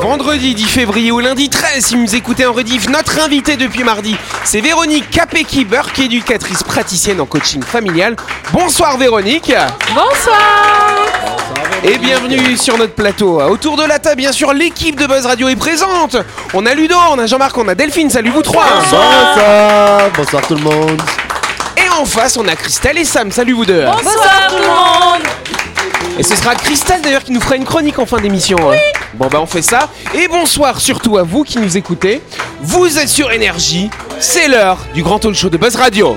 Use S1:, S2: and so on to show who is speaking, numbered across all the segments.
S1: Vendredi 10 février au lundi 13, si vous écoutez en rediff, notre invité depuis mardi, c'est Véronique Capeki Burke, éducatrice praticienne en coaching familial. Bonsoir Véronique
S2: Bonsoir
S1: et bienvenue sur notre plateau. Ah, Autour de la table, bien sûr, l'équipe de Buzz Radio est présente. On a Ludo, on a Jean-Marc, on a Delphine, salut vous trois
S3: Bonsoir, bonsoir tout le monde.
S1: Et en face, on a Christelle et Sam, salut vous deux
S2: Bonsoir tout le monde
S1: Et ce sera Christelle d'ailleurs qui nous fera une chronique en fin d'émission. hein. Bon bah on fait ça. Et bonsoir surtout à vous qui nous écoutez. Vous êtes sur Énergie, c'est l'heure du grand talk show de Buzz Radio.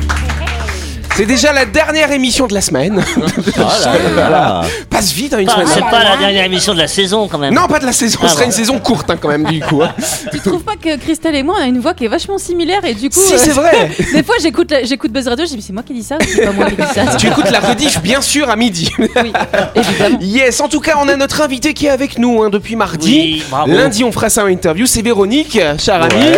S1: c'est déjà la dernière émission de la semaine. Passe vite hein, une
S4: Pas-
S1: semaine.
S4: C'est pas la dernière émission de la saison quand même.
S1: Non, pas de la saison.
S4: Ah,
S1: Ce serait
S4: bon.
S1: une saison courte hein, quand même du coup. hein.
S2: Tu trouves pas que Christelle et moi on a une voix qui est vachement similaire et du coup
S1: si
S2: euh,
S1: c'est vrai.
S2: des fois j'écoute la- j'écoute Buzz Radio, je dis c'est moi qui dis ça, ou c'est pas moi qui dis ça.
S1: tu écoutes la rediff bien sûr à midi.
S2: Oui, évidemment.
S1: Yes. En tout cas, on a notre invité qui est avec nous hein, depuis mardi.
S4: Oui, bravo.
S1: Lundi, on fera ça en interview. C'est Véronique, chère amie.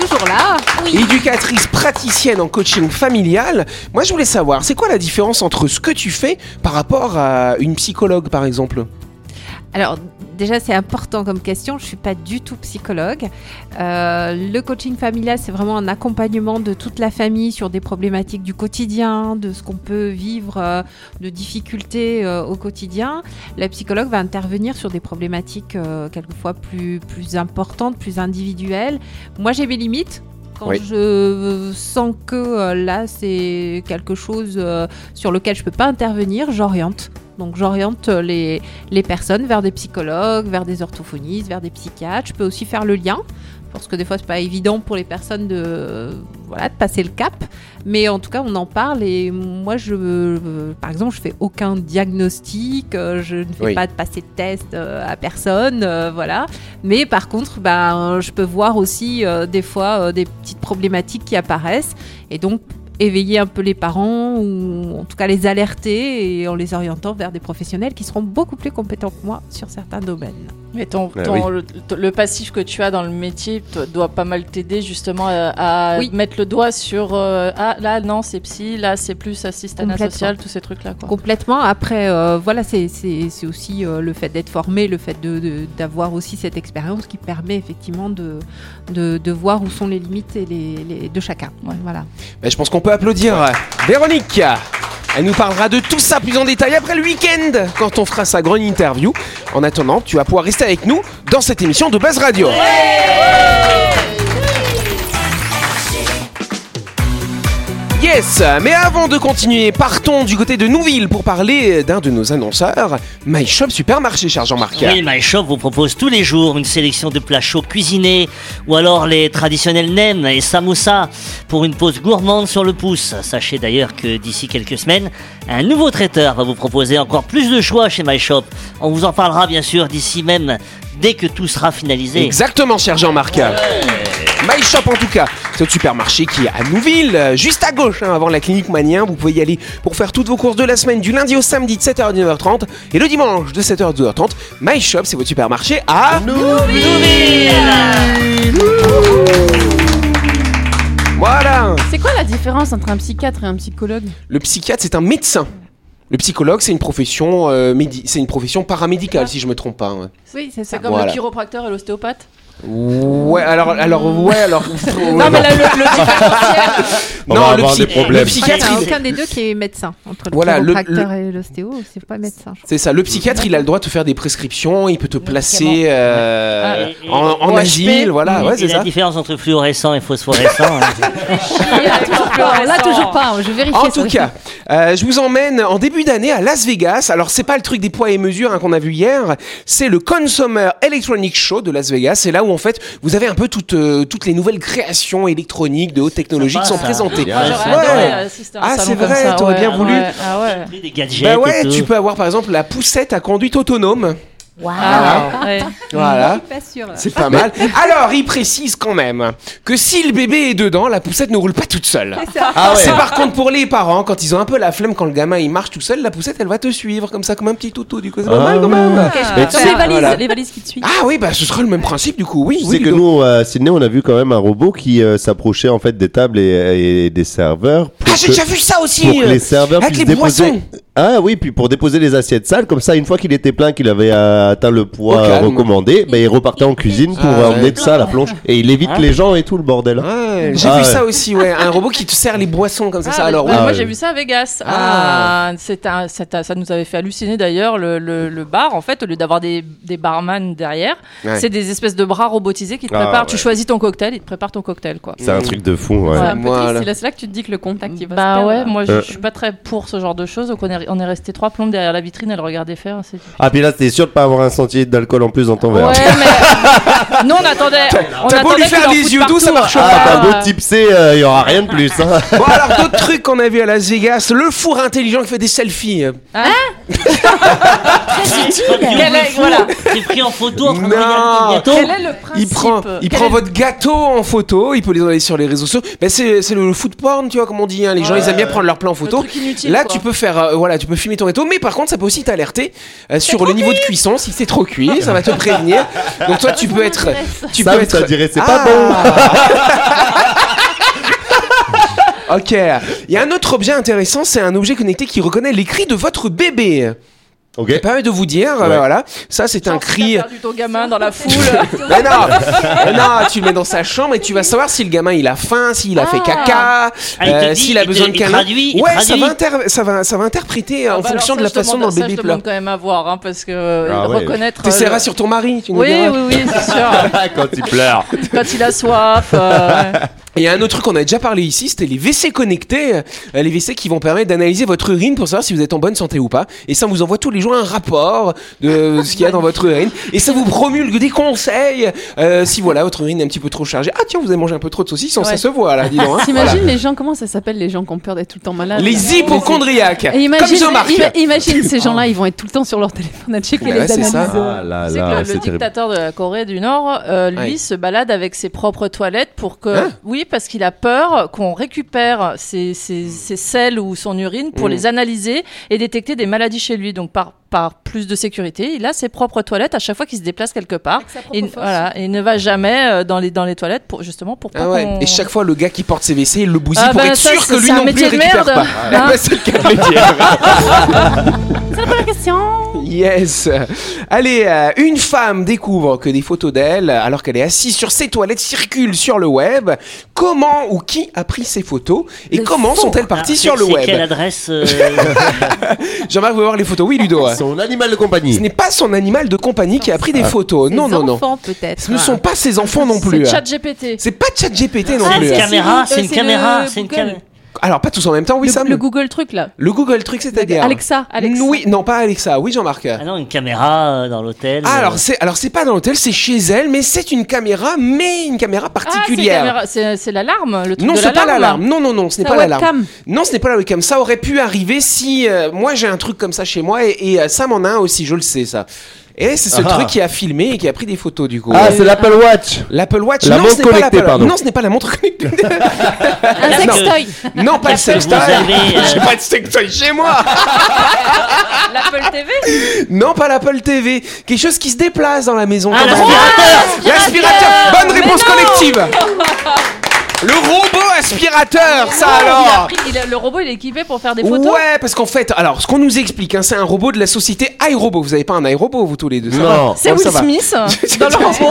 S2: Toujours là.
S1: Éducatrice praticienne en coaching familial, moi je voulais savoir, c'est quoi la différence entre ce que tu fais par rapport à une psychologue par exemple
S5: Alors déjà c'est important comme question, je ne suis pas du tout psychologue. Euh, le coaching familial c'est vraiment un accompagnement de toute la famille sur des problématiques du quotidien, de ce qu'on peut vivre, euh, de difficultés euh, au quotidien. La psychologue va intervenir sur des problématiques euh, quelquefois plus, plus importantes, plus individuelles. Moi j'ai mes limites. Quand
S1: Oui.
S5: je sens que euh, là c'est quelque chose euh, sur lequel je peux pas intervenir, j'oriente. Donc j'oriente euh, les, les personnes vers des psychologues, vers des orthophonistes, vers des psychiatres. Je peux aussi faire le lien, parce que des fois, c'est pas évident pour les personnes de, euh, voilà, de passer le cap. Mais en tout cas, on en parle. Et moi, je, euh, par exemple, je fais aucun diagnostic, euh, je ne fais
S1: Oui.
S5: pas de passer de test euh, à personne, euh, voilà. Mais par contre, ben, je peux voir aussi euh, des fois euh, des petites problématiques qui apparaissent. Et donc, éveiller un peu les parents ou en tout cas les alerter et en les orientant vers des professionnels qui seront beaucoup plus compétents que moi sur certains domaines.
S2: Mais ton,
S1: Ah
S6: ton- le, le passif que tu as dans le métier te- doit pas mal t'aider justement euh, à
S5: Oui.
S6: mettre le doigt sur euh, ah là non c'est psy là c'est plus assistante
S5: Complètement.
S6: sociale tous ces trucs là quoi.
S5: Complètement. Après, euh, voilà, c'est- c'est c'est aussi euh, le fait d'être formé, le fait de- de- d'avoir aussi cette expérience qui permet effectivement de, de, de voir où sont les limites et les, les- de chacun.
S6: Ouais.
S5: Voilà.
S1: Ben, Je pense qu'on peut applaudir Véronique elle nous parlera de tout ça plus en détail après le week-end quand on fera sa grande interview. En attendant, tu vas pouvoir rester avec nous dans cette émission de Buzz Radio. Yes, mais avant de continuer, partons du côté de Nouville pour parler d'un de nos annonceurs, My Shop Supermarché, cher Jean-Marc.
S4: Oui, My Shop vous propose tous les jours une sélection de plats chauds cuisinés ou alors les traditionnels nems et samoussas pour une pause gourmande sur le pouce. Sachez d'ailleurs que d'ici quelques semaines, un nouveau traiteur va vous proposer encore plus de choix chez My Shop. On vous en parlera bien sûr d'ici même dès que tout sera finalisé.
S1: Exactement, cher Jean-Marc. My Shop en tout cas, c'est le supermarché qui est à Nouville, euh, juste à gauche hein, avant la clinique Manien. Vous pouvez y aller pour faire toutes vos courses de la semaine du lundi au samedi de 7h à 19h30 et le dimanche de 7h à 12h30. My Shop, c'est votre supermarché à Voilà
S2: C'est quoi la différence entre un psychiatre et un psychologue
S1: Le psychiatre, c'est un médecin. Le psychologue, c'est une profession, euh, médi- c'est une profession paramédicale, si je me trompe pas. hein. ouais.
S5: Oui, c'est ça.
S6: C'est comme
S1: Voilà.
S6: le chiropracteur et l'ostéopathe.
S1: Ouais, alors, alors, ouais, alors. Ah,
S6: Non mais là, le, le
S3: On
S1: Non,
S3: va
S1: le,
S3: avoir
S1: psy-
S3: des problèmes.
S1: le psychiatre,
S5: Il n'y a
S1: il-
S5: aucun des deux qui est médecin. Entre le
S1: Voilà, le-
S5: chiropracteur et l'ostéo, c'est pas médecin. je
S1: C'est ça, le psychiatre, il a le droit de te faire des prescriptions, il peut te placer euh,
S4: Ah, et-
S1: en, en
S6: OHP.
S1: asile, voilà,
S4: Et-
S1: ouais,
S4: et
S1: c'est
S4: la
S1: ça.
S4: différence entre fluorescent et phosphorescent. hein, c'est-
S2: toujours pas, là toujours pas, hein, je vérifie.
S1: En tout cas, euh, je vous emmène en début d'année à Las Vegas. Alors, c'est pas le truc des poids et mesures hein, qu'on a vu hier, c'est le Consumer Electronic Show de Las Vegas. C'est là où, en fait, vous avez un peu toutes, euh, toutes les nouvelles créations électroniques de haute technologie qui
S4: Sympa,
S1: sont
S4: ça. euh,
S1: présentées.
S3: Bien,
S6: Ah,
S3: Ouais.
S6: j'aurais adoré
S1: Ouais.
S6: assister à un
S1: Ah,
S6: salon
S1: c'est
S6: comme
S1: vrai,
S6: ça,
S1: t'aurais
S6: ouais,
S1: bien voulu.
S6: ouais, ah ouais.
S4: Des gadgets
S1: Bah
S4: et
S1: ouais,
S4: E tout.
S1: tu peux avoir par exemple la poussette à conduite autonome.
S3: Ah.
S1: Voilà. Voilà.
S5: Pas sûr. là.
S1: C'est pas mal. Alors, il précise quand même que si le bébé est dedans, la poussette ne roule pas toute seule.
S3: Ah ouais.
S1: C'est par contre pour les parents, quand ils ont un peu la flemme, quand le gamin il marche tout seul, la poussette elle va te suivre comme ça, comme un petit toutou. Du coup, c'est pas
S3: Ah
S1: mal quand même.
S5: Ok, je
S3: Mais tu
S5: peux faire
S1: sais-
S5: les valises,
S1: Voilà.
S5: les valises qui te suivent.
S1: Ah oui, bah ce sera le même principe du coup. Oui,
S3: Tu
S1: oui,
S3: sais que
S1: donc-
S3: nous, à Sydney, on a vu quand même un robot qui euh, s'approchait en fait des tables et, et des serveurs pour,
S1: Ah, j'ai
S3: que-
S1: déjà vu ça
S3: pour
S1: aussi. euh,
S3: que les serveurs
S1: avec
S3: puissent
S1: les
S3: déposer.
S1: boissons.
S3: Ah oui, puis pour déposer les assiettes sales, comme ça, une fois qu'il était plein, qu'il avait euh, atteint le poids
S1: Au calme.
S3: recommandé, ben il repartait en cuisine pour
S1: Ah
S3: euh,
S1: ouais.
S3: emmener tout ça à la planche et il évite
S4: Ah.
S3: les gens et tout le bordel.
S1: Ouais, j'ai
S3: Ah
S1: vu
S3: ouais.
S1: ça aussi, ouais. Un robot qui te sert les boissons comme ça.
S6: Ah,
S1: ça
S6: bah,
S1: alors,
S6: bah,
S1: oui.
S3: Ah
S6: moi
S3: oui.
S6: j'ai vu ça à Vegas.
S1: Ah.
S6: Ah, c'est un- c'est un- ça nous avait fait halluciner d'ailleurs le, le- le bar en fait au lieu d'avoir des, des barman derrière,
S1: Ouais.
S6: c'est des espèces de bras robotisés qui te
S3: Ah,
S6: préparent. Tu
S3: ouais.
S6: choisis ton cocktail, ils te préparent ton cocktail quoi.
S3: C'est un truc de fou, ouais.
S2: C'est un peu
S1: Voilà.
S2: triste, c'est là- c'est là que tu te dis que le contact il va se
S6: Bah
S2: perdre.
S6: ouais, moi
S3: Euh.
S6: je je suis pas très pour ce genre de choses. Donc on est, on est resté trois plombes derrière la vitrine à le regarder faire. hein, c'est-
S3: Ah, puis là, t'es sûr de pas avoir un centilitre d'alcool en plus dans ton verre.
S6: Ouais, mais nous on attendait. on
S1: t'as beau
S6: attendait
S1: lui faire
S6: qu'il en
S1: des
S6: foute
S1: yeux doux, ça
S6: partout.
S1: marche
S3: Ah, t'as beau
S6: euh,
S3: tipsé, euh, il y aura rien de plus. Hein.
S1: Bon, alors d'autres trucs qu'on a vu à Las Vegas, le four intelligent qui fait des selfies.
S6: Quel est- voilà.
S4: T'es pris en photo en train de
S1: Non.
S4: regarder ton
S6: Quel
S4: gâteau.
S6: est le
S1: Il
S6: principe
S1: prend, il
S6: Quel
S1: prend
S6: est-
S1: votre gâteau en photo, il peut les envoyer sur les réseaux sociaux. Ben c'est c'est le food porn, tu vois, comme on dit. hein. Les gens, ils aiment bien prendre leur plan en
S6: le
S1: photo.
S6: truc inutile,
S1: Là,
S6: quoi.
S1: tu peux faire, euh, voilà, tu peux filmer ton gâteau, mais par contre, ça peut aussi t'alerter euh, sur le niveau de cuisson. Si c'est trop cuit, ça va te prévenir. Donc toi, tu peux être, tu
S3: Sam,
S1: peux être.
S3: ça dirait, c'est pas
S1: Ah. Ok. Il y a un autre objet intéressant, c'est un objet connecté qui reconnaît les cris de votre bébé.
S3: Ok.
S1: Ça permet de vous dire, euh,
S3: Ouais.
S1: voilà, ça c'est un
S6: Genre, si
S1: cri.
S6: t'as perdu ton gamin dans la foule.
S1: Mais non, Mais non, tu le mets dans sa chambre et tu vas savoir si le gamin il a faim, s'il a fait caca,
S4: Ah, il te
S1: euh,
S4: dit,
S1: s'il a
S4: il te-
S1: besoin de
S4: il
S1: câlin.
S4: traduit, il
S1: ouais, ça
S4: traduit.
S1: va, inter- ça va, ça va interpréter euh,
S6: Ah
S1: en
S6: bah
S1: fonction
S6: alors
S1: de la
S6: ça, je
S1: façon dont
S6: demande-
S1: le
S6: ça,
S1: bébé
S6: je
S1: pleure.
S6: demande quand même à voir, hein, parce que euh,
S3: Ah ouais.
S6: reconnaître. euh,
S1: T'essaieras
S6: le-
S1: sur ton mari, tu nous
S6: Oui,
S1: diras.
S6: oui, oui, c'est sûr.
S3: Quand il pleure.
S6: Quand il a soif. euh,
S1: Et il y a un autre truc qu'on a déjà parlé ici, c'était les WC connectés, euh, les WC qui vont permettre d'analyser votre urine pour savoir si vous êtes en bonne santé ou pas. Et ça on vous envoie tous les jours un rapport de ce qu'il y a dans votre urine. Et ça vous promulgue des conseils euh, si voilà votre urine est un petit peu trop chargée. Ah tiens, vous avez mangé un peu trop de saucisson, ça
S6: Ouais.
S1: se voit là, dis donc. hein.
S2: T'imagines les gens, comment ça s'appelle les gens qui ont peur d'être tout le temps
S6: Ah,
S2: malades
S1: Les hypochondriaques,
S2: Et
S1: comme
S2: imagine,
S1: Jean-Marc.
S2: ima- imagine ces gens-là, ils vont être tout le temps sur leur téléphone à checker
S1: Bah ouais,
S2: les
S1: c'est
S2: analyses.
S1: ça.
S3: Ah là
S6: Tu sais
S3: là,
S6: que le- le,
S3: c'est terrible.
S6: dictateur de la Corée du Nord, euh, lui,
S1: Ouais.
S6: se balade avec ses propres toilettes pour que.
S1: Hein
S6: oui, parce qu'il a peur qu'on récupère ses, ses-
S1: Hmm.
S6: ses selles ou son urine pour
S1: Mm.
S6: les analyser et détecter des maladies chez lui. Donc, par, par plus de sécurité, il a ses propres toilettes à chaque fois qu'il se déplace quelque part. Et, voilà, et il ne va jamais euh, dans les, dans les toilettes pour, justement pour pas
S1: Ah ouais.
S6: qu'on-
S1: Et chaque fois, le gars qui porte ses WC, il le bousille
S6: Ah
S1: pour
S6: bah,
S1: être
S6: ça,
S1: sûr
S6: c'est-
S1: que lui
S6: c'est un
S1: non plus il
S6: métier de
S1: récupère
S6: merde.
S1: pas.
S6: Hein
S1: Eh ben, c'est le cas de le dire.
S2: C'est la question
S1: Yes. Allez, euh, une femme découvre que des photos d'elle, alors qu'elle est assise sur ses toilettes, circulent sur le web. Comment ou qui a pris ces photos et comment sont-elles parties
S4: Ah,
S1: sur le
S4: c'est- C'est quelle
S1: web
S4: adresse euh,
S1: Jean-Marc veut voir les photos. Oui, Ludo.
S4: Ah,
S3: Son animal de
S1: Ce
S3: compagnie.
S1: n'est pas son animal de compagnie qui a pris des photos.
S5: Ses
S1: Non, non, non.
S5: enfants, peut-être.
S1: Ce ne sont pas ses enfants non plus. hein.
S6: C'est ChatGPT.
S1: C'est pas ChatGPT non
S4: Ah,
S1: plus.
S4: c'est une caméra,
S5: euh,
S4: c'est une
S5: c'est
S4: caméra,
S5: le
S4: c'est une
S5: Google.
S4: caméra.
S1: Alors pas tous en même temps, oui
S5: le,
S1: Sam.
S5: le Google truc là.
S1: Le Google truc, c'est-à-dire.
S5: Alexa, Alexa.
S1: Oui, non pas Alexa. Oui, Jean-Marc.
S4: Ah non, une caméra euh, dans l'hôtel.
S1: Ah,
S4: euh,
S1: alors c'est alors c'est pas dans l'hôtel, c'est chez elle, mais c'est une caméra, mais une caméra
S6: Ah, c'est une
S1: particulière.
S6: caméra- c'est c'est l'alarme, le truc
S1: non,
S6: de
S1: c'est pas
S6: l'alarme.
S1: l'alarme. Non, non, non, ce n'est
S5: Sa
S1: pas l'alarme.
S5: webcam.
S1: Non, ce n'est pas la webcam. Ça aurait pu arriver si euh, moi j'ai un truc comme ça chez moi et, et, euh, Sam en a un aussi, je le sais ça. Et c'est ce
S3: Ah.
S1: truc qui a filmé et qui a pris des photos du coup.
S3: Ah, c'est l'Apple Watch.
S1: L'Apple Watch,
S3: La
S1: non,
S3: montre
S1: ce n'est pas
S3: connectée,
S1: l'Apple-
S3: pardon.
S1: Non, ce n'est pas la montre connectée.
S5: Un
S1: Non.
S5: sextoy.
S1: non, pas le sextoy.
S4: Vous avez, euh,
S1: J'ai pas de sextoy chez moi.
S6: L'Apple TV
S1: Non, pas l'Apple TV. Quelque chose qui se déplace dans la maison.
S4: Ah,
S1: quand même.
S4: l'aspirateur
S1: L'aspirateur Bonne réponse collective Le robot aspirateur, ça
S6: Non, il a
S1: alors
S6: pris- il a- le robot il est équipé pour faire des photos.
S1: Ouais, parce qu'en fait, alors ce qu'on nous explique, hein, c'est un robot de la société iRobot. Vous avez pas un iRobot, vous tous les deux ça va
S3: Non.
S6: C'est
S1: Bon, ça
S6: Will
S1: va.
S6: Smith euh, dans le robot.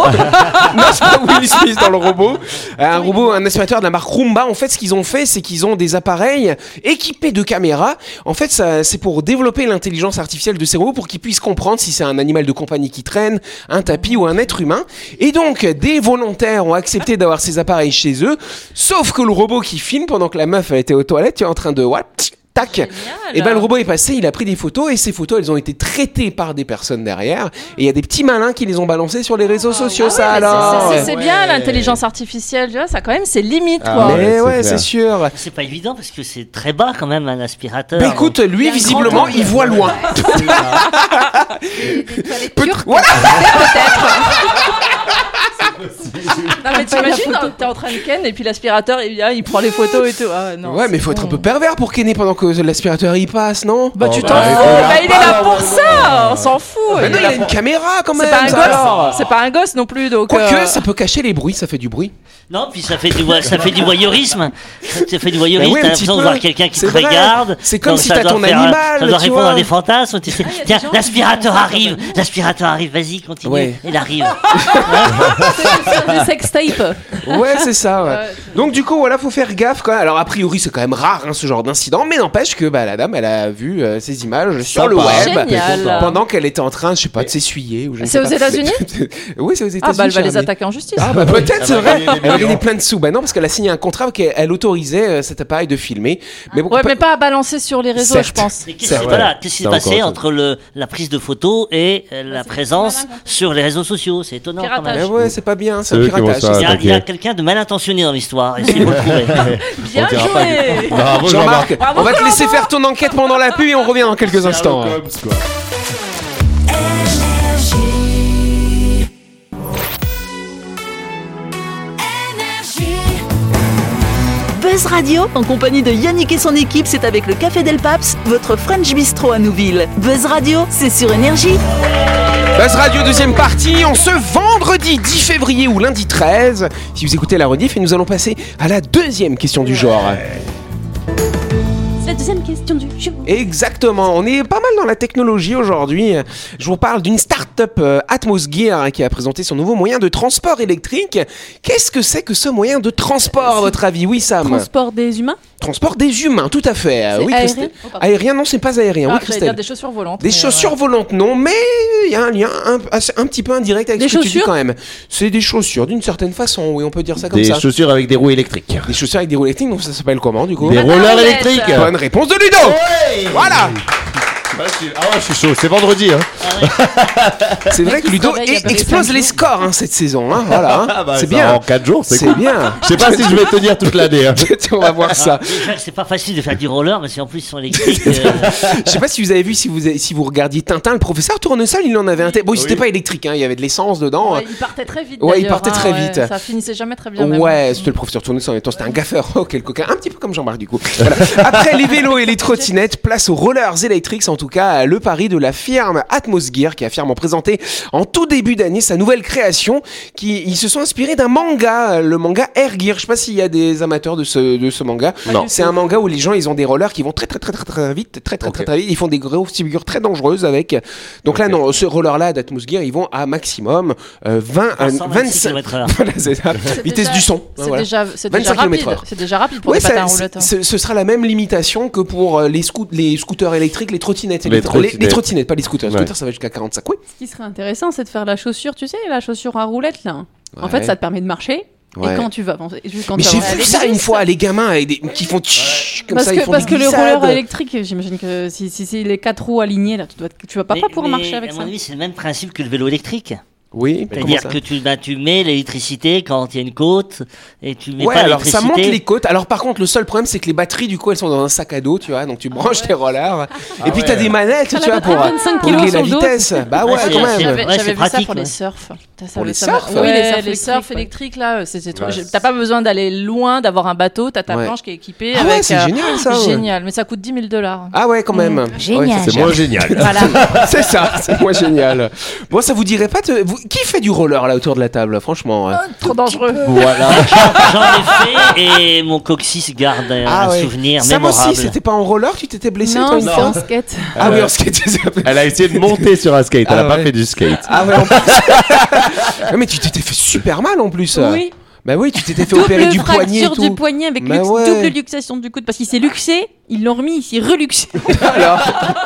S1: non, c'est pas Will Smith dans le robot. Un robot, un aspirateur de la marque Roomba. En fait, ce qu'ils ont fait, c'est qu'ils ont des appareils équipés de caméras. En fait, ça, c'est pour développer l'intelligence artificielle de ces robots pour qu'ils puissent comprendre si c'est un animal de compagnie qui traîne, un tapis ou un être humain. Et donc, des volontaires ont accepté d'avoir ces appareils chez eux. Sauf que le robot qui filme pendant que la meuf a été aux toilettes, tu es en train de what tac. Et ben le robot est passé, il a pris des photos et ces photos elles ont été traitées par des personnes derrière et il y a des petits malins qui les ont balancées sur les réseaux sociaux ça
S6: Ah, mais c'est-
S1: alors.
S6: c'est- c'est- C'est bien
S7: Ouais.
S6: l'intelligence artificielle, tu vois, ça quand même, c'est limite
S3: Ah,
S6: quoi.
S3: ouais.
S1: Mais ouais,
S3: c'est
S1: c'est
S3: clair.
S1: sûr.
S4: C'est pas évident parce que c'est très bas quand même un aspirateur.
S1: Bah écoute, lui visiblement il voit loin. Peut- Voilà.
S6: Non, mais t'imagines, t'es en train de ken et puis l'aspirateur il vient, il prend les photos et tout. Ah, non,
S1: ouais, mais
S6: c'est
S1: faut être un
S6: con.
S1: peu pervers pour kenner pendant que l'aspirateur y passe, non
S6: Bah, tu
S3: Oh,
S6: t'en
S3: bah,
S6: fous,
S3: regarde
S6: bah, il est là pour ça, on s'en fout.
S1: Mais
S6: il
S1: non,
S6: est
S1: il
S6: là
S1: a une
S6: pour-
S1: caméra quand même.
S6: C'est pas un
S1: ça, alors.
S6: gosse, c'est pas un gosse non plus donc.
S1: Quoique,
S6: euh,
S1: ça peut cacher les bruits, ça fait du bruit.
S4: Non, puis ça fait du, vo- ça fait du voyeurisme. Ça fait du voyeurisme.
S1: Bah oui, un
S4: T'as
S1: petit
S4: l'impression de
S1: peu.
S4: voir quelqu'un qui te
S1: C'est vrai.
S4: regarde.
S1: C'est comme
S4: Donc,
S1: si
S4: ça
S1: t'as
S4: doit
S1: ton
S4: faire, euh,
S1: animal,
S4: Ça doit
S1: tu
S4: répondre
S1: vois.
S4: à des fantasmes. Tu sais,
S2: Ah, y a des
S4: tiens,
S2: gens qui
S4: l'aspirateur
S2: font ça,
S4: arrive. L'aspirateur arrive. Vas-y, continue.
S1: Ouais.
S4: Il arrive.
S2: du sextape.
S6: Ah,
S1: Ouais, c'est ça. ouais. Donc du coup, voilà, faut faire gaffe quand même. Alors a priori, c'est quand même rare hein, ce genre d'incident, mais n'empêche que bah, la dame, elle a vu euh, ces images sur le
S3: Sympa.
S1: web
S6: Génial.
S1: pendant qu'elle était en train, je sais pas, de s'essuyer ou je ne
S6: C'est
S1: sais
S6: aux
S1: pas.
S6: États-Unis
S1: Oui, c'est aux États-Unis.
S6: Ah bah elle va
S1: cher
S6: les
S1: ami.
S6: attaquer en justice.
S1: Ah bah peut-être, c'est
S7: va
S1: vrai.
S7: gagner des
S1: Elle va gagner
S7: millions.
S1: plein de sous. Bah non, parce qu'elle a signé un contrat qu'elle elle autorisait euh, cet appareil de filmer. Mais bon,
S6: Ouais,
S1: pas-
S6: mais pas à balancer sur les réseaux,
S1: Certes.
S6: je pense.
S4: Mais
S1: C'est
S4: Qu'est-ce qui
S1: vrai.
S4: voilà, qu'est-ce qui s'est
S3: T'as
S4: passé
S3: encore un
S4: entre le, la prise de photo et euh, la présence sur les réseaux sociaux C'est étonnant quand
S1: Mais
S4: même.
S6: Piratage.
S1: ouais, c'est pas bien, c'est
S3: eux
S1: un
S3: qui vont
S1: piratage.
S3: faire
S4: Il y a,
S3: attaquer.
S4: il y a quelqu'un de mal intentionné dans l'histoire, et c'est vous le trouvez.
S3: On dira pas que- Bravo,
S1: Jean-Marc,
S3: Jean-Marc.
S1: on va te laisser faire ton enquête pendant la pub et on revient dans quelques instants.
S3: Sherlock Holmes, quoi.
S8: Buzz Radio, en compagnie de Yannick et son équipe, c'est avec le Café Del Paps, votre French Bistro à Nouville. Buzz Radio, c'est sur Énergie.
S1: Buzz Radio, deuxième partie, en ce vendredi 10 février ou lundi 13. Si vous écoutez la rediff, et nous allons passer à la deuxième question du genre.
S2: C'est la deuxième question du jeu.
S1: Exactement, on est pas mal dans la technologie aujourd'hui. Je vous parle d'une start-up euh, Atmosphere qui a présenté son nouveau moyen de transport électrique. Qu'est-ce que c'est que ce moyen de transport, à votre avis Oui, Sam
S2: Transport des humains.
S1: Transport des humains, tout à fait. Euh,
S2: C'est
S1: oui,
S2: aérien Oh,
S1: Christelle. Aérien, non, c'est pas aérien.
S6: Ah,
S1: oui,
S6: j'allais dire
S1: Christelle.
S6: des chaussures volantes.
S1: Des
S6: mais,
S1: chaussures
S6: euh,
S1: volantes, non, mais il y a un lien un, assez- un petit peu indirect avec
S2: Des
S1: ce que tu dis
S2: chaussures
S1: quand même. C'est des chaussures, d'une certaine façon, oui, on peut dire ça comme
S3: Des
S1: ça.
S3: chaussures avec des roues électriques.
S1: Des chaussures avec des roues électriques, donc ça s'appelle comment du coup
S3: Des rollers
S6: Internet.
S3: électriques.
S1: Bonne réponse de Ludo Voilà
S3: Ah, je suis- Ah ouais, je suis chaud. C'est vendredi, hein.
S1: C'est vrai que Ludo
S5: travaille, il y a
S1: é-
S5: pas
S1: explose
S5: cinq
S1: les
S5: jours.
S1: scores hein, cette saison, hein, voilà. hein.
S3: Ah bah,
S1: c'est
S3: ça,
S1: bien.
S3: En 4 jours, c'est
S1: C'est
S3: cool.
S1: bien.
S3: Je sais pas si je vais tenir toute l'année. hein.
S1: On va voir ça.
S4: Déjà que c'est pas facile de faire du roller, mais c'est en plus sur électrique. euh,
S1: Je sais pas si vous avez vu, si vous, si vous regardiez Tintin, le professeur Tournesol, il en avait un. t- Bon, il c'était pas électrique, hein, il y avait de l'essence dedans.
S6: ouais, il partait très vite.
S1: Ouais, il
S6: d'ailleurs,
S1: partait très
S6: ouais,
S1: vite.
S6: Ça finissait jamais très bien. même. hein.
S1: Ouais, c'était le professeur Tournesol en même temps, c'était un gaffeur, oh, quel coquin, un petit peu comme Jean-Marc du coup. Voilà. Après les vélos et les trottinettes, place aux rollers électriques, en tout cas le pari de la firme Atmosgear qui a fièrement présenté en tout début d'année sa nouvelle création qui ils se sont inspirés d'un manga, le manga Air Gear. Je sais pas s'il y a des amateurs de ce de ce manga.
S3: Non.
S1: C'est un manga où les gens ils ont des rollers qui vont très très très très très vite, très très très,
S3: Ok.
S1: très vite, ils font des grosses figures très dangereuses avec. Donc là
S3: Ok.
S1: non, ce roller là d'Atmosgear, ils vont à maximum euh, 20 euh,
S4: 326
S1: 25
S4: km/h.
S1: voilà, c'est ça. Vitesse
S6: déjà-
S1: du son.
S6: C'est
S1: hein, voilà.
S6: déjà, c'est déjà
S1: 25 kilomètres
S6: rapide.
S1: heure.
S6: C'est déjà rapide pour
S1: Ouais,
S6: les patins
S1: ça-
S6: à
S1: c'est-
S6: roulettes. hein.
S1: ce, ce sera la même limitation que pour euh, les, scoot- les scooters électriques, les trottinettes. et
S3: Les
S1: les
S3: trottinettes.
S1: trottinettes, pas les scooters. Les
S3: Ouais.
S1: scooters, ça va jusqu'à 45. Oui.
S2: Ce qui serait intéressant, c'est de faire la chaussure, tu sais, la chaussure à roulette là. En
S1: Ouais.
S2: fait, ça te permet de marcher.
S1: Ouais.
S2: Et quand tu vas avancer, juste quand
S1: Mais
S2: tu
S1: j'ai
S2: vas-
S1: vu ça une fois, les gamins avec des- qui font tch- comme
S2: parce
S1: ça, ils
S2: que,
S1: font
S2: parce
S1: des
S2: que le
S1: glissades.
S2: roller électrique, j'imagine que si, si, si les quatre roues alignées, là, tu, dois, tu vas pas,
S4: mais-
S2: pas pouvoir
S4: mais,
S2: marcher avec
S4: à
S2: ça.
S4: mon avis, c'est le même principe que le vélo électrique.
S1: Oui, comment
S4: C'est-à-dire
S1: ça
S4: que tu, bah, tu mets l'électricité quand il y a une côte et tu mets
S1: Ouais,
S4: pas
S1: alors ça monte les
S4: l'électricité.
S1: côtes. Alors par contre, le seul problème, c'est que les batteries, du coup, elles sont dans un sac à dos, tu vois. Donc tu branches tes rollers. et puis
S3: ouais.
S1: t'as des manettes, tu vois, pour, euh,
S2: batterie, 25
S1: Ah, pour régler
S2: kilos
S1: la
S2: sur le dos.
S1: vitesse. Bah
S4: Ouais,
S1: ouais,
S4: c'est-
S1: quand
S4: c'est-
S1: même.
S4: ouais,
S6: J'avais j'avais
S4: c'est
S6: vu ça
S4: pratique,
S6: pour
S4: ouais.
S6: les surfs. Putain, ça
S1: Pour
S6: me-
S1: les
S6: ça me-
S1: surfs
S6: Oui,
S2: Ouais,
S6: les
S2: les
S6: surfs électriques,
S2: surfs
S6: ouais.
S2: électriques,
S6: là. c'est- c'est trop-
S3: Ouais.
S6: j'ai- T'as pas besoin d'aller loin, d'avoir un bateau. T'as ta
S1: Ouais.
S6: planche qui est équipée.
S1: Ah ouais,
S6: avec,
S1: c'est
S6: euh,
S1: génial ça. ouais.
S6: Génial. Mais ça coûte 10 000 dollars.
S1: Ah ouais, quand même. Ouais, ça,
S3: C'est moins génial.
S6: Voilà.
S1: C'est ça, c'est moi génial. Bon, ça vous dirait pas de... vous- Qui fait du roller là autour de la table, franchement
S3: Oh,
S1: hein
S6: Trop dangereux.
S3: Voilà.
S4: J'en ai fait et mon coccyx garde un,
S1: Ah
S4: un
S1: ouais.
S4: souvenir
S1: Sam aussi,
S4: mémorable.
S1: c'était pas en roller, tu t'étais blessé toi,
S2: Non,
S1: une
S2: c'est
S1: fois
S2: en skate.
S1: Ah oui, en skate. c'est ça.
S3: Elle a essayé de monter sur un skate. Elle
S1: Ah
S3: a pas
S1: ouais.
S3: fait du skate.
S1: Ah ouais, en plus. Ah, mais tu t'étais fait super mal en plus.
S2: Oui.
S1: Bah oui, tu t'étais fait
S2: Double
S1: opérer du poignet et
S2: fracture
S1: tout.
S2: du poignet avec
S1: Bah
S2: luxe-
S1: ouais.
S2: double luxation du coude parce qu'il s'est luxé Ils l'ont remis, ils reluxent.
S1: Alors,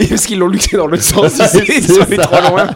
S1: et parce qu'ils l'ont luxé dans l'autre sens, ils
S3: C'est
S1: sont allés
S3: ça.
S1: trop loin.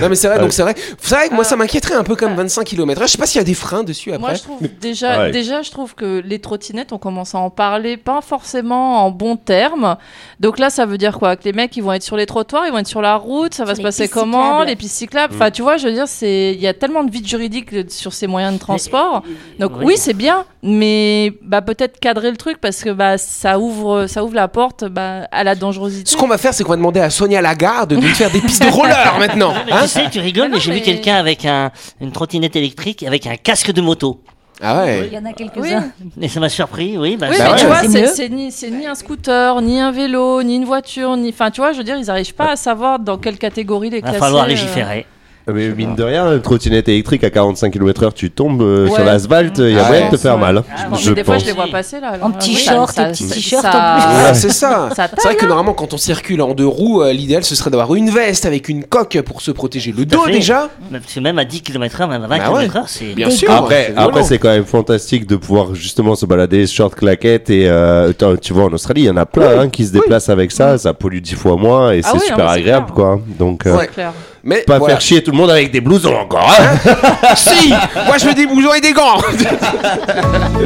S1: Non, mais c'est vrai, donc c'est vrai. C'est vrai que moi, ça m'inquiéterait un peu comme 25 km. Je sais pas s'il y a des freins dessus Ah, après.
S6: Moi, je trouve déjà,
S3: Ouais.
S6: déjà, je trouve que les trottinettes, on commence à en parler, pas forcément en bons termes. Donc là, ça veut dire quoi Que les mecs, ils vont être sur les trottoirs, ils vont être sur la route, ça va
S2: Sur
S6: se
S2: les
S6: passer
S2: pistes
S6: comment
S2: cyclables.
S6: Les pistes cyclables. Enfin, tu vois, je veux dire, c'est, il y a tellement de vides juridiques sur ces moyens de transport. Donc
S4: Oui.
S6: oui, c'est bien, mais bah peut-être cadrer le truc parce que bah ça ouvre, ça ouvre la porte bah, à la dangerosité.
S1: Ce qu'on va faire, c'est qu'on va demander à Sonia Lagarde de nous faire des pistes de roller maintenant.
S4: Ah, mais
S1: hein.
S4: tu sais, tu rigoles,
S6: Mais
S4: mais,
S6: non,
S4: j'ai
S6: mais-
S4: vu quelqu'un avec un, une trottinette électrique avec un casque de moto.
S1: ah ouais.
S7: Il y en a
S6: Oui.
S7: quelques-uns.
S4: Et ça m'a surpris, oui. Bah,
S6: Oui,
S4: ça-
S6: mais
S3: ouais.
S6: tu vois,
S7: C'est
S6: c'est,
S7: mieux.
S6: c'est ni, c'est ni un scooter, ni un vélo, ni une voiture, ni. Enfin, tu vois, je veux dire, ils n'arrivent pas à savoir dans quelle catégorie les
S4: va
S6: classer.
S4: falloir
S6: euh.
S4: légiférer.
S3: Ah, Mais mine de rien, une trottinette électrique à 45 km/h, tu tombes euh,
S6: Ouais.
S3: sur l'asphalte, il y a
S1: Ah
S3: moyen
S1: ouais.
S3: de te faire mal. hein,
S4: Ah,
S6: Mais
S3: je
S6: des fois, je
S3: pense.
S6: les vois passer là. alors,
S7: En
S6: euh,
S7: petit
S6: oui,
S7: short,
S6: ça-
S7: en petit
S6: ça-
S7: t-shirt,
S6: ça-
S7: en plus.
S1: Ah, c'est ça.
S6: Ça
S1: C'est vrai que normalement, quand on circule en deux roues, euh, l'idéal ce serait d'avoir une veste avec une coque pour se protéger le
S4: Tout à
S1: dos
S4: fait.
S1: déjà.
S6: euh,
S4: Parce que même à 10 km/h, même à 20
S1: Bah ouais.
S4: km/h, c'est.
S1: Bien sûr.
S3: Après, après
S1: hein, violent.
S3: c'est quand même fantastique de pouvoir justement se balader, short claquette et euh, attends, tu vois en Australie, il y en a plein hein, qui se déplacent avec ça, ça pollue dix fois moins et
S6: Ah
S3: c'est
S6: oui, non,
S3: super
S6: mais c'est
S3: agréable
S6: clair.
S3: quoi. Donc euh,
S1: Ouais.
S6: clair.
S1: Mais
S3: pas
S1: voilà.
S3: faire chier tout le monde avec des blousons encore. hein.
S1: si, moi je veux des bousons et des gants.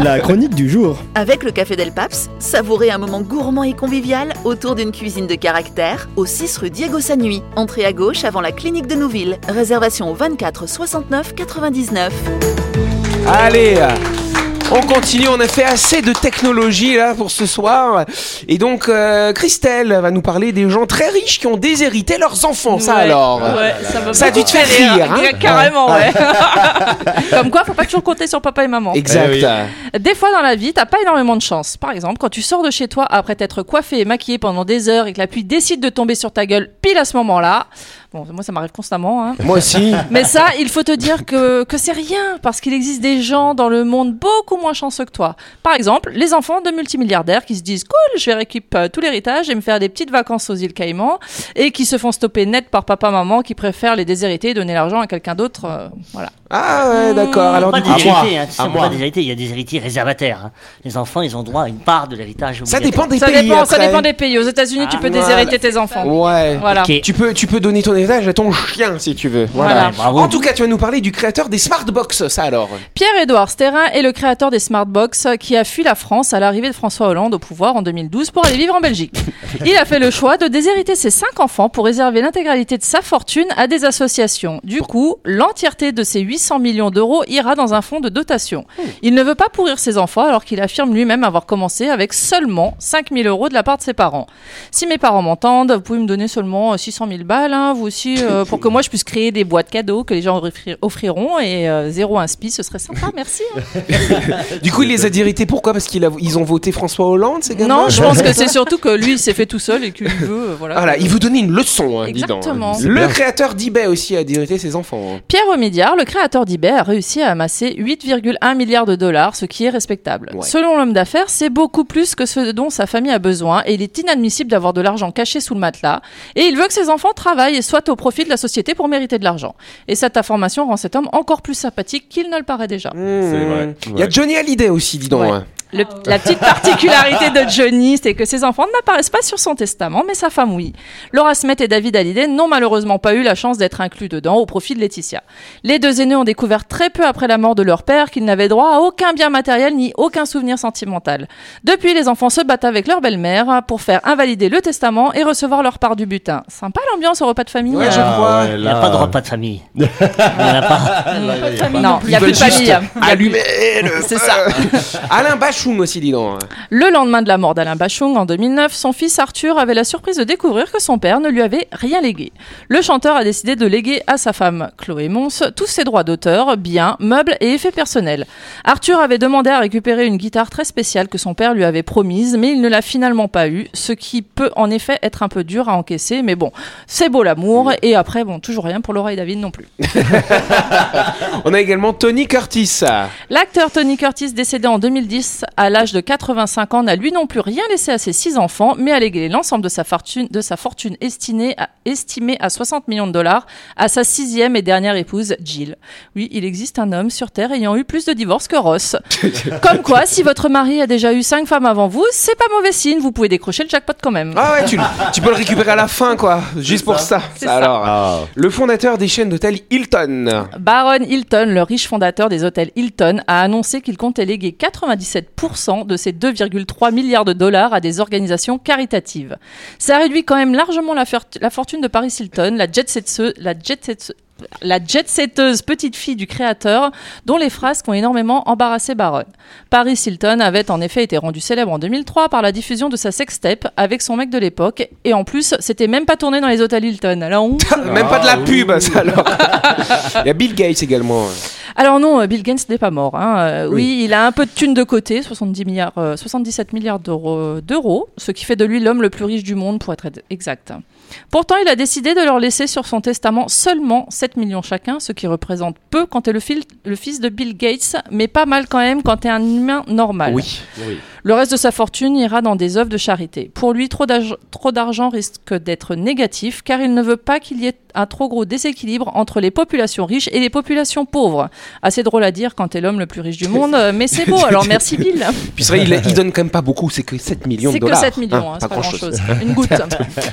S9: La chronique du jour.
S8: Avec le Café Del Paps, savourez un moment gourmand et convivial autour d'une cuisine de caractère au 6 rue Diego Sanui. Entrée à gauche avant la clinique de Nouville. Réservation au 24 69 99.
S1: Allez. euh, On continue, on a fait assez de technologie là pour ce soir. Et donc euh, Christelle va nous parler des gens très riches qui ont déshérité leurs enfants. Ça
S6: Ouais.
S1: alors.
S6: Ouais, ça m'a
S1: Ça a dû te faire rire,
S6: beaucoup
S1: hein
S6: Carrément, ouais. Comme quoi, faut pas toujours compter sur papa et maman.
S1: Exact.
S3: Eh oui.
S6: Des fois dans la vie, t'as pas énormément de chance. Par exemple, quand tu sors de chez toi après t'être coiffé et maquillé pendant des heures et que la pluie décide de tomber sur ta gueule pile à ce moment-là. Bon, moi ça m'arrive constamment. Hein.
S1: Moi aussi.
S6: Mais ça, il faut te dire que, que c'est rien, parce qu'il existe des gens dans le monde beaucoup moins chanceux que toi. Par exemple, les enfants de multimilliardaires qui se disent cool, je vais récupérer euh, tout l'héritage et me faire des petites vacances aux îles Caïmans, et qui se font stopper net par papa-maman qui préfèrent les déshériter et donner l'argent à quelqu'un d'autre. euh, voilà.
S1: Ah ouais,
S6: Hmm,
S1: d'accord. Alors
S4: pas
S1: du
S4: des
S1: coup,
S4: héritiers, hein, tu sais,
S1: à
S4: on peut
S1: moi.
S4: pas des héritiers, il y a des héritiers réservataires. hein. Les enfants, ils ont droit à une part de l'héritage.
S1: ça dépend des
S6: Ça
S1: pays.
S6: dépend, ça
S1: après.
S6: dépend des pays. Aux États-Unis, tu
S1: Ah,
S6: peux
S1: voilà.
S6: déshériter tes enfants.
S1: Ouais.
S6: Voilà.
S4: Ok.
S1: Tu peux, tu peux donner ton héritage à ton chien si tu veux. Voilà.
S6: Voilà.
S4: Bravo.
S1: En tout cas, tu vas nous parler du créateur des Smartbox, ça alors.
S6: Pierre-Édouard Sterrin est le créateur des Smartbox euh, qui a fui la France à l'arrivée de François Hollande au pouvoir en 2012 pour aller vivre en Belgique. Il a fait le choix de déshériter ses cinq enfants pour réserver l'intégralité de sa fortune à des associations. Du coup, l'entièreté de ses 800 millions d'euros ira dans un fonds de dotation. Il ne veut pas pourrir ses enfants alors qu'il affirme lui-même avoir commencé avec seulement 5000 euros de la part de ses parents. Si mes parents m'entendent, vous pouvez me donner seulement euh, 600 000 balles, hein, vous aussi, euh, pour que moi je puisse créer des boîtes cadeaux que les gens offri- offriront et euh, zéro inspi, ce serait sympa, merci. hein.
S1: Du coup, il les a dirités pourquoi Parce qu'ils ont voté François Hollande, ces gars
S6: Non, je pense que c'est surtout que lui il s'est fait tout seul et qu'il veut, euh, voilà.
S1: Ah, Voilà, il vous donnait une leçon, hein, dis donc.
S6: Exactement.
S1: Le créateur d'eBay aussi a dirigé ses enfants. hein.
S6: Pierre Omidyar, le créateur d'eBay, a réussi à amasser 8,1 milliards de dollars, ce qui est respectable.
S1: Ouais.
S6: Selon l'homme d'affaires, c'est beaucoup plus que ce dont sa famille a besoin et il est inadmissible d'avoir de l'argent caché sous le matelas. Et il veut que ses enfants travaillent et soient au profit de la société pour mériter de l'argent. Et cette information rend cet homme encore plus sympathique qu'il ne le paraît déjà.
S1: Hmm.
S3: vrai,
S1: Il y a
S3: ouais.
S1: Johnny Hallyday aussi, dis donc.
S6: Ouais.
S1: hein.
S6: Le- la petite particularité de Johnny, c'est que ses enfants n'apparaissent pas sur son testament, mais sa femme oui. Laura Smet et David Hallyday n'ont malheureusement pas eu la chance d'être inclus dedans au profit de Laetitia. Les deux aînés ont découvert très peu après la mort de leur père qu'ils n'avaient droit à aucun bien matériel ni aucun souvenir sentimental. Depuis, les enfants se battent avec leur belle-mère pour faire invalider le testament et recevoir leur part du butin. Sympa l'ambiance au repas de famille.
S1: Ouais, je
S3: Ah
S6: euh,
S1: crois.
S4: Il n'y a pas de repas de famille. Il n'y en a pas.
S6: non, il n'y a
S1: Ils veulent
S6: plus de famille. hein.
S1: juste Allumer le
S6: C'est
S1: feu.
S6: ça.
S1: Alain Bachung aussi, dis donc. hein.
S6: Le lendemain de la mort d'Alain Bachung en 2009, son fils Arthur avait la surprise de découvrir que son père ne lui avait rien légué. Le chanteur a décidé de léguer à sa femme Chloé Mons tous ses droits d'auteur, biens, meubles et effets personnels. Arthur avait demandé à récupérer une guitare très spéciale que son père lui avait promise, mais il ne l'a finalement pas eue, ce qui peut en effet être un peu dur à encaisser, mais bon, c'est beau l'amour, et après, bon, toujours rien pour Laura et David non plus.
S1: On a également Tony Curtis.
S6: L'acteur Tony Curtis, décédé en 2010, à l'âge de 85 ans, n'a lui non plus rien laissé à ses six enfants, mais a légué l'ensemble de sa fortune, de sa fortune estimée, à, estimée à 60 millions de dollars à sa sixième et dernière épouse, Jill. Oui, il existe un homme sur Terre ayant eu plus de divorces que Ross. Comme quoi, si votre mari a déjà eu cinq femmes avant vous, c'est pas mauvais signe, vous pouvez décrocher le jackpot quand même.
S1: Ah ouais, tu, le- tu peux le récupérer à la fin, quoi. Juste pour ça. Alors,
S3: Ah.
S1: le fondateur des chaînes d'hôtel Hilton.
S6: Baron Hilton, le riche fondateur des hôtels Hilton, a annoncé qu'il comptait léguer 97% de ses 2,3 milliards de dollars à des organisations caritatives. Ça réduit quand même largement la, fer- la fortune de Paris Hilton, la jet setteuse, la jet setteuse- la jet setteuse petite fille du créateur, dont les frasques ont énormément embarrassé Baron. Paris Hilton avait en effet été rendu célèbre en 2003 par la diffusion de sa sextape avec son mec de l'époque, et en plus, c'était même pas tourné dans les hôtels Hilton. Alors on
S1: Ah, Même pas de la pub, ça, alors. Il y a Bill Gates également. hein.
S6: Alors non, euh, Bill Gates n'est pas mort. hein. Euh,
S1: Oui.
S6: oui. il a un peu de thunes de côté, 70 milliards, euh, 77 milliards d'euros, euh, d'euros, ce qui fait de lui l'homme le plus riche du monde, pour être exact. Pourtant, il a décidé de leur laisser sur son testament seulement 7 millions chacun, ce qui représente peu quand t'es le, fil- le fils de Bill Gates, mais pas mal quand même quand t'es un humain normal.
S1: Oui.
S6: Le reste de sa fortune ira dans des œuvres de charité. Pour lui, trop d'arg- trop d'argent risque d'être négatif car il ne veut pas qu'il y ait un trop gros déséquilibre entre les populations riches et les populations pauvres. Assez drôle à dire quand t'es l'homme le plus riche du monde, euh, mais c'est beau, alors merci Bill.
S1: Puis c'est vrai, il, il donne quand même pas beaucoup, c'est que 7 millions de
S6: C'est que
S1: dollars.
S6: 7 millions,
S1: Hein, pas
S6: hein, c'est pas
S1: grand-chose.
S6: grand-chose. Une goutte.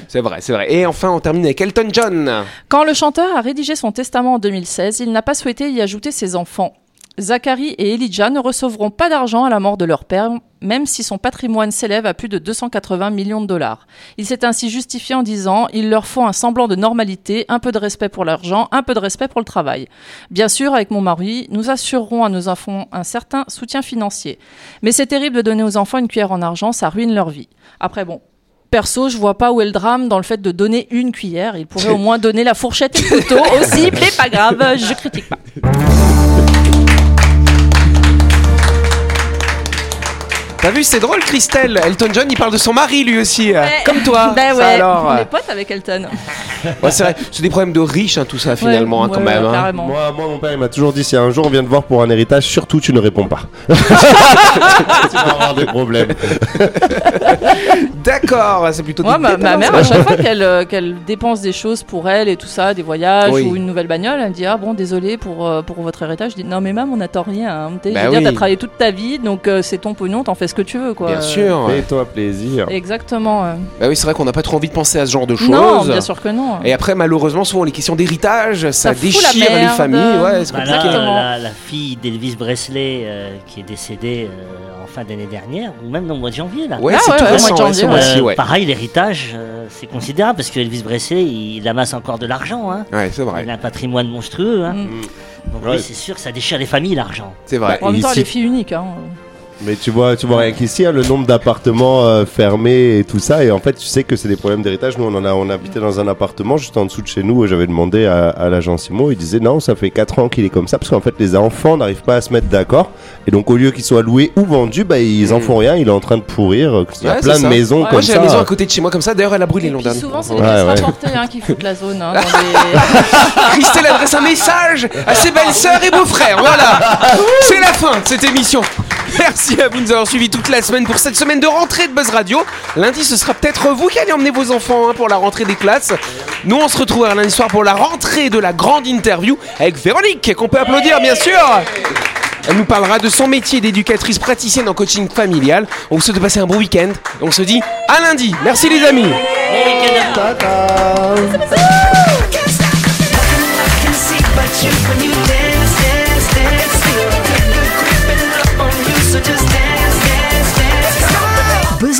S1: C'est vrai, c'est vrai. Et enfin, on termine avec Elton John.
S6: Quand le chanteur a rédigé son testament en 2016, il n'a pas souhaité y ajouter ses enfants. Zachary et Elijah ne recevront pas d'argent à la mort de leur père, même si son patrimoine s'élève à plus de 280 millions de dollars. Il s'est ainsi justifié en disant Il leur faut un semblant de normalité, un peu de respect pour l'argent, un peu de respect pour le travail. Bien sûr, avec mon mari, nous assurerons à nos enfants un certain soutien financier. Mais c'est terrible de donner aux enfants une cuillère en argent, ça ruine leur vie. Après, bon. Perso, je vois pas où est le drame dans le fait de donner une cuillère. Il pourrait au moins donner la fourchette et le couteau aussi, mais pas grave, euh, je critique pas.
S1: T'as vu, c'est drôle, Christelle. Elton John, il parle de son mari, lui aussi. euh, Comme toi.
S6: Ben
S1: Ça,
S6: ouais,
S1: alors,
S6: on
S1: euh,
S6: est potes avec Elton.
S1: ouais, c'est vrai, c'est des problèmes de riches, hein, tout ça, finalement, hein,
S6: Ouais,
S1: quand
S6: ouais,
S1: même. hein.
S6: carrément.
S3: Moi, moi, mon père, il m'a toujours dit si un jour on vient te voir pour un héritage, surtout tu ne réponds pas. tu vas avoir des problèmes.
S1: D'accord, c'est plutôt
S6: Moi,
S1: des
S6: ma, bah, ma
S1: dépenses.
S6: mère, à chaque fois qu'elle euh, qu'elle dépense des choses pour elle et tout ça, des voyages
S1: Oui.
S6: ou une nouvelle bagnole, elle me dit Ah bon, désolé pour, euh, pour votre héritage. Je dis Non, mais maman, on n'attend rien. hein. Tu sais,
S1: Bah
S6: je veux dire,
S1: oui.
S6: t'as travaillé toute ta vie, donc euh, c'est ton pognon, t'en fais ce que tu veux, quoi.
S1: Bien
S6: Euh,
S1: sûr.
S3: Fais-toi plaisir.
S6: Exactement. euh.
S1: Bah oui, c'est vrai qu'on n'a pas trop envie de penser à ce genre de choses.
S6: Non, bien sûr que non.
S1: Et après, malheureusement, souvent les questions d'héritage, ça,
S6: Ça fout la
S1: déchire les
S6: merde.
S1: familles. Ouais, c'est
S6: Bah
S1: compliqué.
S4: Voilà,
S6: Exactement.
S4: la, la fille d'Elvis Presley euh, qui est décédée euh, en fin d'année dernière, ou même dans le mois de janvier. Là.
S1: Ouais,
S6: Ah
S1: c'est
S6: ouais,
S1: tout
S6: ouais,
S1: récent,
S6: moi,
S1: ouais,
S6: j'en
S1: ce
S6: viens.
S1: mois-ci,
S4: Euh,
S1: ouais.
S4: Pareil, l'héritage, euh, c'est considérable parce que Elvis Presley, il, il amasse encore de l'argent. Hein.
S1: Ouais, c'est vrai,
S4: Il a un patrimoine monstrueux. Hein.
S6: Mm.
S4: Donc
S3: Ouais.
S4: oui, c'est sûr que ça déchire les familles l'argent.
S1: c'est vrai.
S6: En même temps,
S3: Ici-
S6: elle est fille unique. Hein.
S3: Mais tu vois, tu vois rien qu'ici, hein, le nombre d'appartements euh, fermés et tout ça. Et en fait, tu sais que c'est des problèmes d'héritage. Nous, on en a, on habitait dans un appartement juste en dessous de chez nous. et J'avais demandé à, à l'agent Simon. Il disait non, ça fait 4 ans qu'il est comme ça parce qu'en fait, les enfants n'arrivent pas à se mettre d'accord. Et donc, au lieu qu'ils soient loués ou vendus, bah ils en
S1: Mhm.
S3: font rien. Il est en train de pourrir. Il y a
S1: Ouais,
S3: plein
S1: c'est
S3: de
S1: ça.
S3: maisons
S6: Ouais.
S3: comme
S1: Moi, j'ai
S3: ça. euh.
S1: la maison à côté de chez moi, comme ça. D'ailleurs, elle a brûlé
S6: Et
S1: l'an
S6: puis
S1: dernier.
S6: souvent, c'est les
S3: Ouais,
S6: pièces
S3: ouais.
S6: rapportées hein, qui foutent la zone. hein, dans les-
S1: Ah, Christelle adresse un message à ses belles-sœurs et beaux-frères. Voilà, c'est la fin de cette émission. Merci à vous de nous avoir suivis toute la semaine pour cette semaine de rentrée de Buzz Radio. Lundi, ce sera peut-être vous qui allez emmener vos enfants hein, pour la rentrée des classes. Nous, on se retrouvera lundi soir pour la rentrée de la grande interview avec Véronique, qu'on peut applaudir, bien sûr. Elle nous parlera de son métier d'éducatrice praticienne en coaching familial. On vous souhaite de passer un bon week-end. Et On se dit à lundi. Merci les amis.
S8: Buzz